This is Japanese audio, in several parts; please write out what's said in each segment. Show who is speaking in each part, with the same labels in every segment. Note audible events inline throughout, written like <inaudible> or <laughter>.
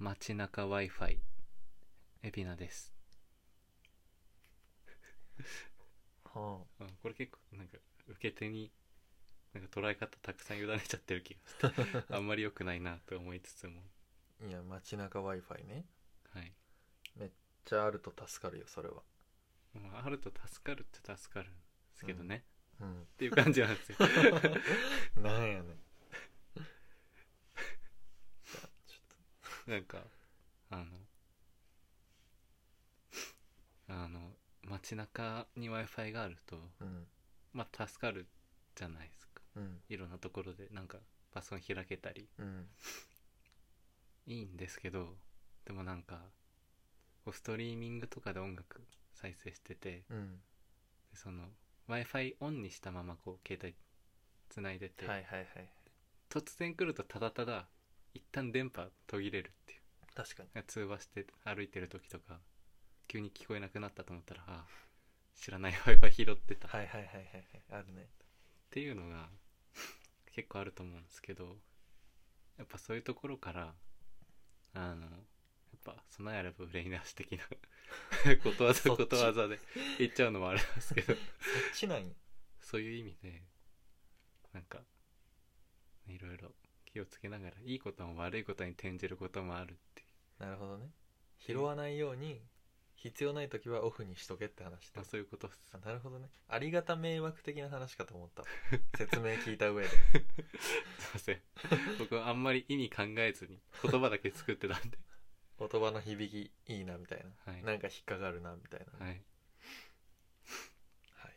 Speaker 1: 街中 Wi-Fi エビナです
Speaker 2: はあ
Speaker 1: あこれ結構なんか受け手になんか捉え方たくさん委ねちゃってる気がして <laughs> あんまり良くないなと思いつつも
Speaker 2: いや街中 w i f i ね
Speaker 1: はい
Speaker 2: じゃああると助かるよそれは
Speaker 1: まああると助かるって助かるんですけどね、
Speaker 2: <laughs> うん
Speaker 1: っていう感じなんです <laughs> よ
Speaker 2: なんやねんじゃあちょっ
Speaker 1: なんかあのあの街中に w i f i があると
Speaker 2: とうん
Speaker 1: まあ助かるじゃないですか
Speaker 2: うん
Speaker 1: いろんなところでなんかパソコン開けたり
Speaker 2: うん
Speaker 1: いいんですけどでもなんかこうストリーミングとかで音楽再生してて
Speaker 2: うん
Speaker 1: でその w i f i オンにしたままこう携帯つないでて、
Speaker 2: はいはいはい
Speaker 1: 突然来るとただただ一旦電波途切れるっていう
Speaker 2: 確かに
Speaker 1: 通話して歩いてる時とか急に聞こえなくなったと思ったらあ知らない w i f i 拾ってたっ
Speaker 2: はいはいはいはいはいあるね
Speaker 1: ていうのが結構あると思うんですけどやっぱそういうところからあのやっぱ備えあれば憂いなし的なことわざ
Speaker 2: そっち
Speaker 1: ことわざで言っちゃうのもあれなんですけど
Speaker 2: そっちなんや
Speaker 1: そういう意味でなんかいろいろ気をつけながらいいことも悪いことに転じることもあるっていう
Speaker 2: なるほどね拾わないように必要ない時はオフにしとけって話
Speaker 1: ま
Speaker 2: だ
Speaker 1: あ、そういうことっす
Speaker 2: あなるほどねありがた迷惑的な話かと思った <laughs> 説明聞いた上です
Speaker 1: いません僕はあんまり意味考えずに言葉だけ作ってたんで
Speaker 2: 言葉の響きいいなみたいな、
Speaker 1: はい
Speaker 2: なんか引っかかるなみたいな、
Speaker 1: はい
Speaker 2: はい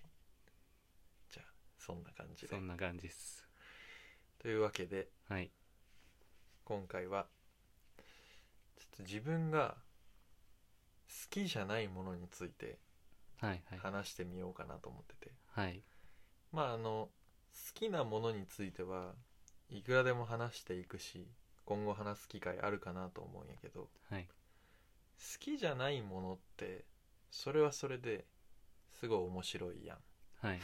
Speaker 2: じゃあそんな感じで
Speaker 1: そんな感じっす
Speaker 2: というわけで
Speaker 1: はい
Speaker 2: 今回はちょっと自分が好きじゃないものについて
Speaker 1: はいはい
Speaker 2: 話してみようかなと思ってて、
Speaker 1: はい
Speaker 2: まああの好きなものについてはいくらでも話していくし今後話す機会あるかなと思うんやけど好
Speaker 1: はい
Speaker 2: きじゃないものってそれはそれですごい面白いやん
Speaker 1: はい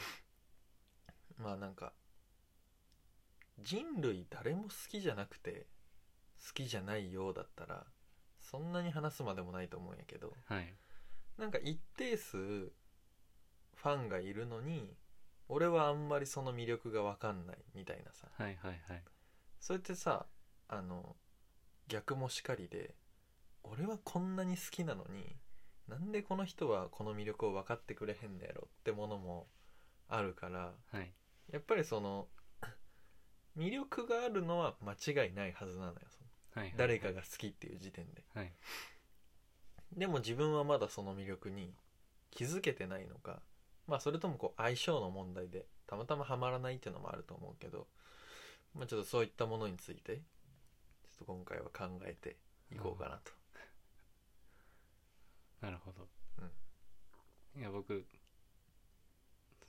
Speaker 2: まあなんか人類誰も好きじゃなくて好きじゃないようだったらそんなに話すまでもないと思うんやけど
Speaker 1: はい
Speaker 2: なんか一定数ファンがいるのに俺はあんまりその魅力が分かんないみたいなさ
Speaker 1: はいはいはい
Speaker 2: それってさあの逆もしかりで俺はこんなに好きなのになんでこの人はこの魅力を分かってくれへんのやろってものもあるから
Speaker 1: はい
Speaker 2: やっぱりその魅力があるのは間違いないはずなのよそ
Speaker 1: は
Speaker 2: の
Speaker 1: いはい
Speaker 2: 誰かが好きっていう時点で
Speaker 1: はい
Speaker 2: でも自分はまだその魅力に気づけてないのかまあそれともこう相性の問題でたまたまハマらないっていうのもあると思うけど、まあ、ちょっとそういったものについてちょっと今回は考えていこうかなと。
Speaker 1: なるほど、いや僕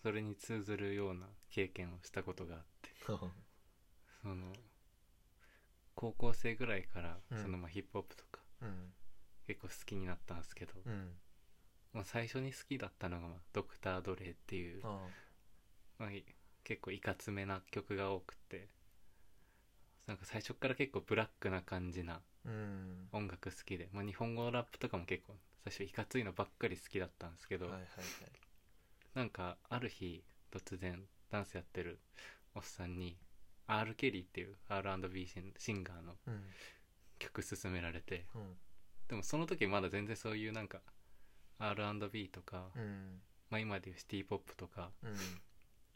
Speaker 1: それに通ずるような経験をしたことがあってその高校生ぐらいから、
Speaker 2: うん
Speaker 1: そのまあヒップホップとか
Speaker 2: うん
Speaker 1: 結構好きになったんですけど、
Speaker 2: うん
Speaker 1: まあ、最初に好きだったのが、まあ、ドクター・ドレイっていう
Speaker 2: あ
Speaker 1: まあ、い結構いかつめな曲が多くてなんか最初から結構ブラックな感じな
Speaker 2: あうん
Speaker 1: 音楽好きで、まあ、日本語ラップとかも結構最初いかついのばっかり好きだったんですけ
Speaker 2: は
Speaker 1: ど、
Speaker 2: いはいはい
Speaker 1: なんかある日突然ダンスやってるおっさんに R ・ケリーっていう R&B シンシンガーの
Speaker 2: うん
Speaker 1: 曲勧められて
Speaker 2: うん
Speaker 1: でもその時まだ全然そういうなんか R&B とか、
Speaker 2: うん
Speaker 1: まあ、今でいうシティ・ポップとか、
Speaker 2: うん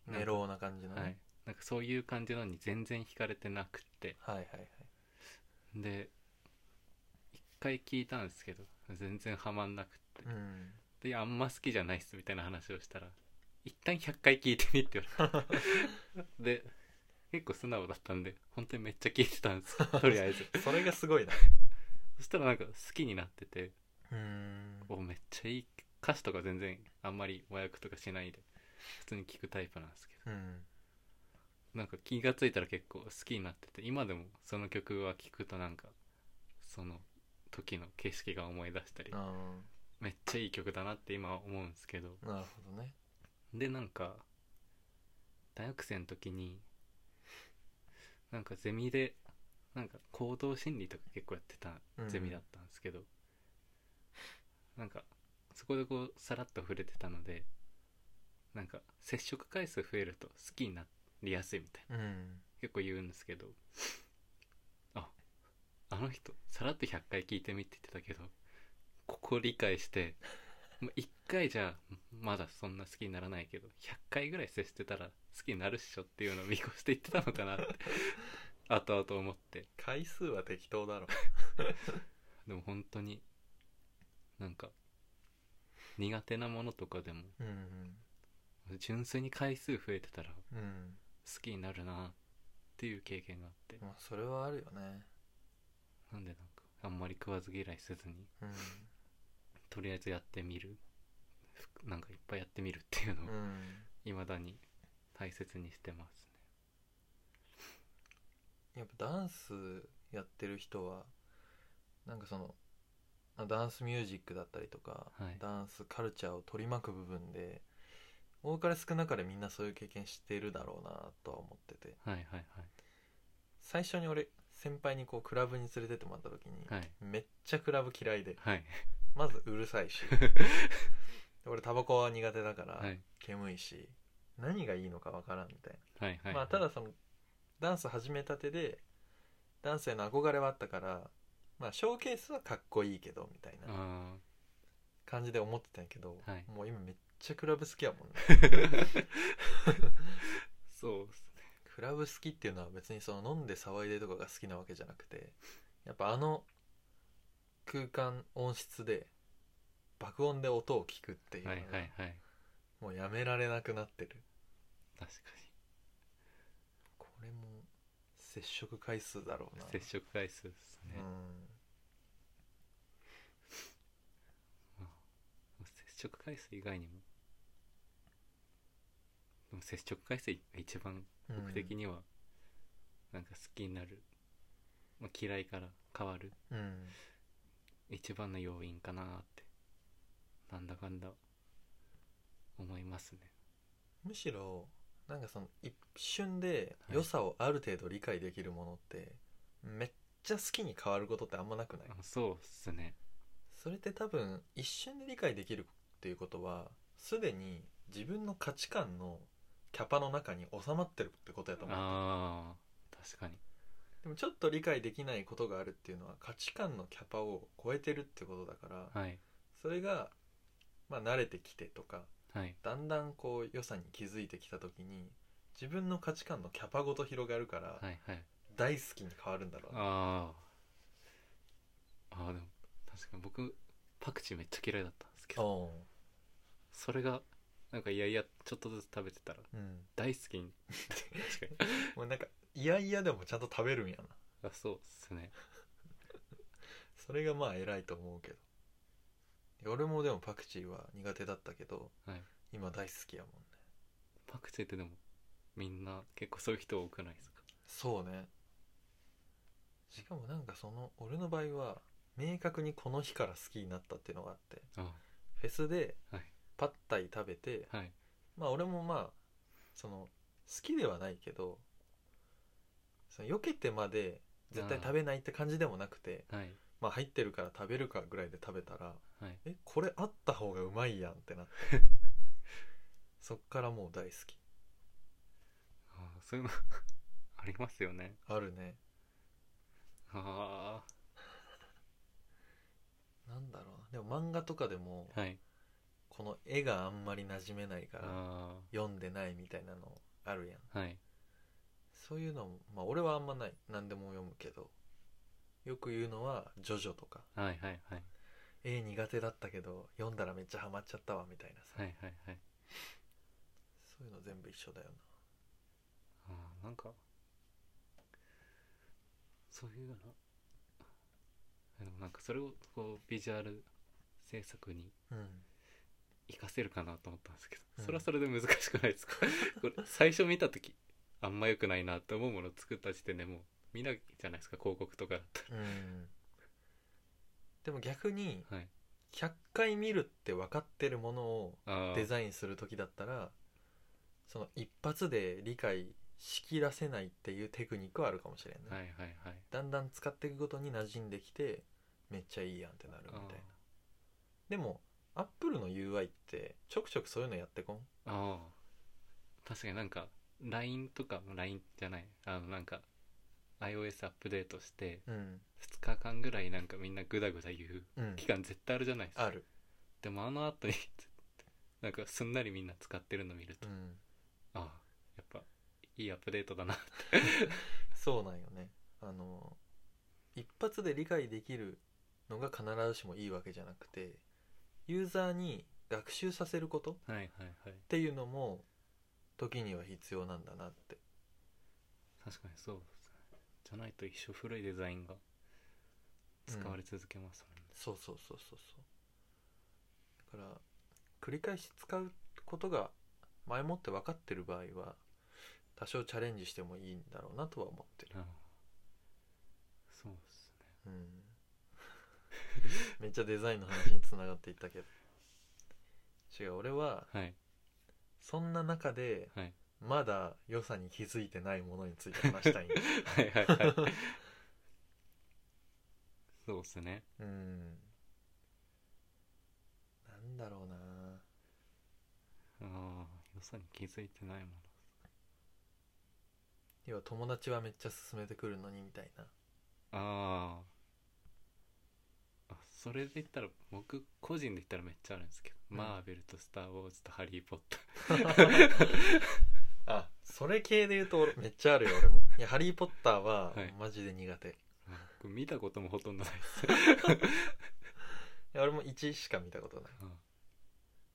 Speaker 2: メローな感じのね、
Speaker 1: はい、なんかそういう感じのに全然惹かれてなくって
Speaker 2: はいはいはい
Speaker 1: で一回聞いたんですけど全然ハマんなくって、
Speaker 2: うん
Speaker 1: であんま好きじゃないっすみたいな話をしたら一旦100回聞いてみって言われてで結構素直だったんで本当にめっちゃ聞いてたんですよとりあえず
Speaker 2: <laughs> それがすごいな
Speaker 1: そしたらなんか好きになってて
Speaker 2: うん
Speaker 1: おめっちゃいい歌詞とか全然あんまり和訳とかしないで普通に聞くタイプなんですけど
Speaker 2: うん
Speaker 1: なんか気がついたら結構好きになってて今でもその曲は聞くとなんかその時の景色が思い出したり
Speaker 2: あ
Speaker 1: めっちゃいい曲だなって今は思うんですけど
Speaker 2: あなるほどね
Speaker 1: でなんか大学生の時になんかゼミでなんか行動心理とか結構やってた
Speaker 2: うん
Speaker 1: ゼミだったんですけど、なんかそこでこうさらっと触れてたのでなんか接触回数増えると好きになりやすいみたいな
Speaker 2: うん
Speaker 1: 結構言うんですけどああの人さらっと100回聞いてみって言ってたけどここ理解してもう1回じゃまだそんな好きにならないけど100回ぐらい接してたら好きになるっしょっていうのを見越して言ってたのかなって後々思って
Speaker 2: 回数は適当だろ
Speaker 1: でも本当になんか苦手なものとかでも
Speaker 2: うん
Speaker 1: 純粋に回数増えてたら好
Speaker 2: うんうん
Speaker 1: きになるなっていう経験があって
Speaker 2: まあそれはあるよね
Speaker 1: なんでなんかあんまり食わず嫌いせずに
Speaker 2: うん
Speaker 1: とりあえずやってみるふなんかいっぱいやってみるっていうのを
Speaker 2: うん
Speaker 1: いまだに大切にしてますね
Speaker 2: やっぱダンスやってる人はなんかそのまあダンスミュージックだったりとか、
Speaker 1: はい
Speaker 2: ダンスカルチャーを取り巻く部分で多かれ少なかれみんなそういう経験してるだろうなとは思ってて
Speaker 1: はいはい
Speaker 2: 最初に俺先輩にこうクラブに連れてってもらった時に、
Speaker 1: はいはい
Speaker 2: めっちゃクラブ嫌いで
Speaker 1: はい
Speaker 2: まずうるさ
Speaker 1: <laughs>
Speaker 2: いし俺タバコは苦手だから、
Speaker 1: はい
Speaker 2: 煙いし何がいいのかわからんみたいな
Speaker 1: はいはい
Speaker 2: まあ、ただそのダンス始めたてでダンスへの憧れはあったから、まあ、ショーケースはかっこいいけどみたいな
Speaker 1: あ
Speaker 2: 感じで思ってたんやけど、
Speaker 1: はい
Speaker 2: もう今めっちゃクラブ好きやもんね
Speaker 1: <laughs>
Speaker 2: <laughs>
Speaker 1: ーそうっすね
Speaker 2: クラブ好きっていうのは別にその飲んで騒いでとかが好きなわけじゃなくてやっぱあの空間音質で爆音で音を聞くっていうの
Speaker 1: は
Speaker 2: が
Speaker 1: いはいはい
Speaker 2: もうやめられなくなってる
Speaker 1: 確か
Speaker 2: これも接触回数だろう
Speaker 1: に
Speaker 2: な
Speaker 1: 接触回数ですね、
Speaker 2: うん
Speaker 1: 接触回数以外にもでも接触回数が一番僕的にはなんか好きになる、まあ、嫌いから変わる
Speaker 2: うん
Speaker 1: 一番の要因かなってなんだかんだ思いますね
Speaker 2: むしろなんかその一瞬で
Speaker 1: はい
Speaker 2: 良さをある程度理解できるものって、めっちゃ好きに変わることってあんまなくない
Speaker 1: あそうっすね
Speaker 2: それって多分一瞬で理解できるっていうことはすでに自分の価値観のキャパの中に収まってるってことやと思う
Speaker 1: あー確かに
Speaker 2: でもちょっと理解できないことがあるっていうのは価値観のキャパを超えてるってことだから、
Speaker 1: はい
Speaker 2: それがまあ慣れてきてとか
Speaker 1: はい
Speaker 2: だんだんこう良さに気づいてきた時に自分の価値観のキャパごと広がるから、
Speaker 1: はいはい
Speaker 2: 大好きに変わるんだろうな
Speaker 1: あーあーでも確かに僕パクチーめっちゃ嫌いだったんですけど
Speaker 2: お
Speaker 1: それがなんかいやいやちょっとずつ食べてたら
Speaker 2: ううん
Speaker 1: 大好きに確かに
Speaker 2: もうなんかいやいやでもちゃんと食べるんやな
Speaker 1: あそうっすね
Speaker 2: それがまあ偉いと思うけど俺もでもパクチーは苦手だったけど
Speaker 1: はい
Speaker 2: 今大好きやもんね
Speaker 1: パクチーってでもみんな結構そういう人多くないですか
Speaker 2: そうねしかもなんかその俺の場合は明確にこの日から好きになったっていうのがあって
Speaker 1: あ
Speaker 2: フェスで
Speaker 1: はい
Speaker 2: パッタイ食べて
Speaker 1: はい
Speaker 2: まあ俺もまあその好きではないけどその避けてまで絶対食べないって感じでもなくて
Speaker 1: はい
Speaker 2: まあ入ってるから食べるかぐらいで食べたら
Speaker 1: はい
Speaker 2: えこれあった方がうまいやんってなってそっからもう大好き
Speaker 1: ああそういうの <laughs> ありますよね
Speaker 2: あるね
Speaker 1: あ
Speaker 2: なんだろうなでも漫画とかでも
Speaker 1: あはい
Speaker 2: この絵があんまり馴染めないから
Speaker 1: あ
Speaker 2: 読んでないみたいなのあるやん
Speaker 1: あはい
Speaker 2: そういうのもまあ俺はあんまない何でも読むけどよく言うのは「ジョジョ」とか
Speaker 1: はいはいはい
Speaker 2: 絵苦手だったけど読んだらめっちゃハマっちゃったわみたいな
Speaker 1: は
Speaker 2: さ、
Speaker 1: いはいはい
Speaker 2: そういうの全部一緒だよな
Speaker 1: ああなんかそういうのでもなんかそれをこうビジュアル制作に
Speaker 2: うん
Speaker 1: 活かせるかなと思ったんですけど、
Speaker 2: うん
Speaker 1: それはそれで難しくないですか <laughs> これ最初見た時あんま良くないなって思うものを作った時点でもう見ないじゃないですか広告とかだった
Speaker 2: うんでも逆に
Speaker 1: らはい
Speaker 2: 100回見るって分かってるものを
Speaker 1: ああ
Speaker 2: デザインする時だったらその一発で理解仕切らせないっていうテクニックはあるかもしれない、
Speaker 1: はいはいはい
Speaker 2: だんだん使っていくごとに馴染んできてめっちゃいいやんってなるみたいなでもアップルの UI ってちょくちょくそういうのやってこん
Speaker 1: あーあー確かになんか LINE とか LINE じゃないあのなんか iOS アップデートして
Speaker 2: うん
Speaker 1: 2日間ぐらいなんかみんなグダグダ言う
Speaker 2: うん
Speaker 1: 期間絶対あるじゃないですか
Speaker 2: ある
Speaker 1: でもあの後に <laughs> なんかすんなりみんな使ってるの見る
Speaker 2: う
Speaker 1: と、
Speaker 2: ん
Speaker 1: ああやっぱいいアップデートだな
Speaker 2: そうなんよねあの一発で理解できるのが必ずしもいいわけじゃなくてユーザーに学習させることっ
Speaker 1: はいはいはい
Speaker 2: ていうのも時には必要なんだなって
Speaker 1: 確かにそうですねじゃないと一生古いデザインが使われ続けますもんね、
Speaker 2: そうそうそうそうそうだから繰り返し使うことが前もって分かってる場合は多少チャレンジしてもいいんだろうなとは思ってる、
Speaker 1: ああそうですね
Speaker 2: うん、 <laughs> めっちゃデザインの話につながっていったけど違う俺は
Speaker 1: はい
Speaker 2: そんな中で
Speaker 1: はい
Speaker 2: まだ良さに気づいてないものについて話した <laughs> いんだ
Speaker 1: はいはいはいそうですね
Speaker 2: うんなんだろうな
Speaker 1: ああ良さに気づいてないもの
Speaker 2: 要は友達はめっちゃ勧めてくるのにみたいな
Speaker 1: あーあそれで言ったら僕個人で言ったらめっちゃあるんですけど、
Speaker 2: うん
Speaker 1: マーベルと「スター・ウォーズ」と「ハリー・ポッター
Speaker 2: あそれ系で言うと俺めっちゃあるよ俺も <laughs> いや「ハリー・ポッター」は
Speaker 1: はい
Speaker 2: マジで苦手、い」
Speaker 1: 僕見たこともほとんどないです
Speaker 2: や俺も1しか見たことな
Speaker 1: あ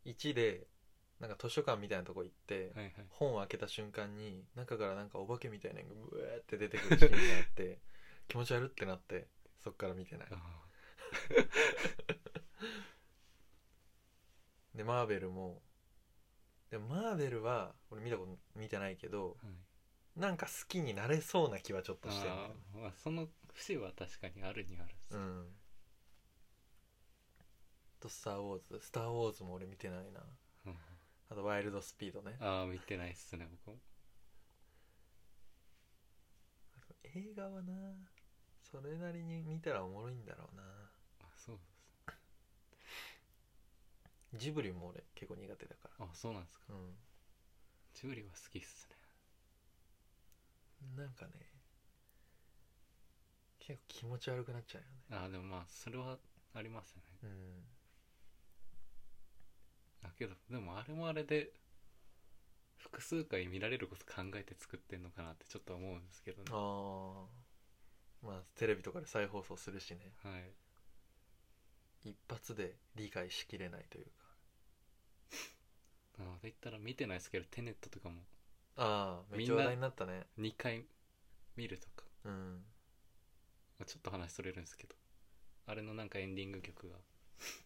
Speaker 2: い1でなんか図書館みたいなとこ行って、
Speaker 1: ーはいはい
Speaker 2: 本を開けた瞬間に中からなんかお化けみたいなのがブエーって出てくるシーンがあって <laughs> 気持ち悪ってなってそっから見てない
Speaker 1: あ
Speaker 2: でマーベルもでもマーベルは俺見たこと見てないけど
Speaker 1: ー、はい、
Speaker 2: なんか好きになれそうな気はちょっとしてるんだよ
Speaker 1: あ
Speaker 2: ね
Speaker 1: ー、まあ、その節は確かにあるにはあるんです、
Speaker 2: うんあと「スター・ウォーズ」「スター・ウォーズ」も俺見てないな
Speaker 1: うん
Speaker 2: あと「ワイルド・スピードね」
Speaker 1: ああ見てないっすね僕も
Speaker 2: 映画はなそれなりに見たらおもろいんだろうな
Speaker 1: あそうです
Speaker 2: ジブリも俺結構苦手だか
Speaker 1: あそうなんですから
Speaker 2: う
Speaker 1: ジブリは好きっすね
Speaker 2: んなんかね結構気持ち悪くなっちゃうよね
Speaker 1: ああでもまあそれはありますよね
Speaker 2: うん
Speaker 1: だけどでもあれもあれで複数回見られること考えて作ってんのかなってちょっと思うんですけどね
Speaker 2: あーまあテレビとかで再放送するしね
Speaker 1: はい
Speaker 2: 一発で理解しきれないというか
Speaker 1: なので言ったら見てないですけどテネットとかも
Speaker 2: ああめっちゃ
Speaker 1: みん
Speaker 2: 話
Speaker 1: な
Speaker 2: 題になったね
Speaker 1: 2回見るとか
Speaker 2: うん
Speaker 1: まあちょっと話それるんですけどあれのなんかエンディング曲が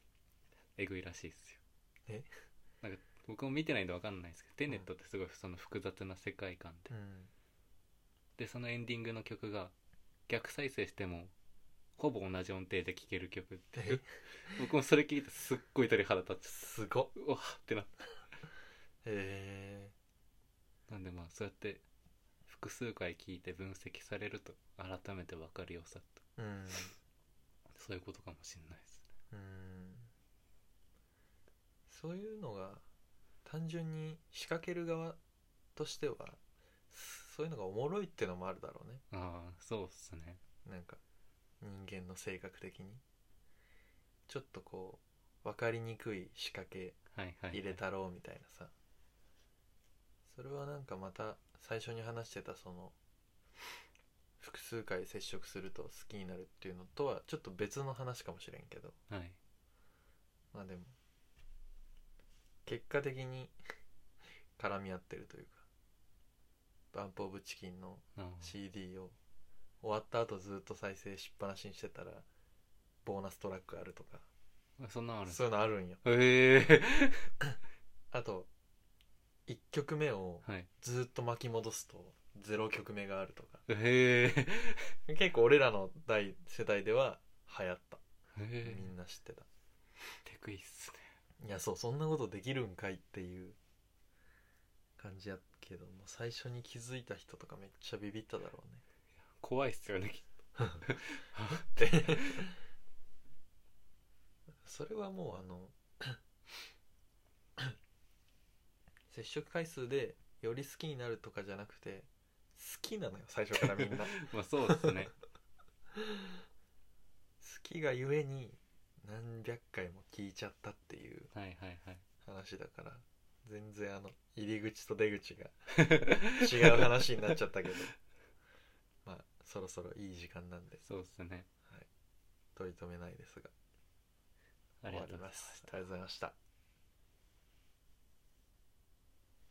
Speaker 1: <laughs> えぐいらしいですよ
Speaker 2: え
Speaker 1: なんか僕も見てないんでわかんないですけどテネットってすごいその複雑な世界観で、
Speaker 2: うん
Speaker 1: でそのエンディングの曲が逆再生してもほぼ同じ音程で聴ける曲っていう
Speaker 2: え
Speaker 1: 僕もそれ聞いてすっごい鳥肌立っちゃっ
Speaker 2: すごった
Speaker 1: うわーってなって
Speaker 2: へ
Speaker 1: なんでまあそうやって複数回聞いて分析されると改めて分かるよさと
Speaker 2: えうん
Speaker 1: そういうことかもしれないですね
Speaker 2: うんそういうのが単純に仕掛ける側としてはそういうのがおもろいってのもあるだろうね
Speaker 1: ああそうっすね
Speaker 2: なんか人間の性格的にちょっとこう分かりにくい仕掛け
Speaker 1: はいはい、はい、
Speaker 2: 入れたろうみたいなさ、それはなんかまた最初に話してたその複数回接触すると好きになるっていうのとはちょっと別の話かもしれんけど
Speaker 1: はい
Speaker 2: まあでも結果的に <laughs> 絡み合ってるというかバンプ・オブ・チキンの
Speaker 1: ああ
Speaker 2: CD を終わった後ずっと再生しっぱなしにしてたらボーナストラックあるとか
Speaker 1: あそんなんあるんです
Speaker 2: そういうのあるんよ
Speaker 1: ええ
Speaker 2: あと1曲目を
Speaker 1: はい
Speaker 2: ずっと巻き戻すと0曲目があるとか
Speaker 1: ええ
Speaker 2: 結構俺らの代世代では流行ったみ
Speaker 1: ええ
Speaker 2: んな知ってた
Speaker 1: テクいっすね
Speaker 2: いやそうそんなことできるんかいっていう感じやけども最初に気づいた人とかめっちゃビビっただろうね
Speaker 1: 怖いっすよねきっ
Speaker 2: それはもうあの <coughs> 接触回数でより好きになるとかじゃなくて好きなのよ最初からみんな好
Speaker 1: とまあそうですね
Speaker 2: きがゆえに何百回も聞いちゃったっていう
Speaker 1: はいはいはい
Speaker 2: 話だから全然あの入り口と出口が <laughs> 違う話になっちゃったけどまあそろそろいい時間なんで
Speaker 1: そうっすね
Speaker 2: 取り留めないですが
Speaker 1: あ
Speaker 2: 終
Speaker 1: りが
Speaker 2: わ
Speaker 1: とうござい
Speaker 2: りま
Speaker 1: ます
Speaker 2: すありがとうございました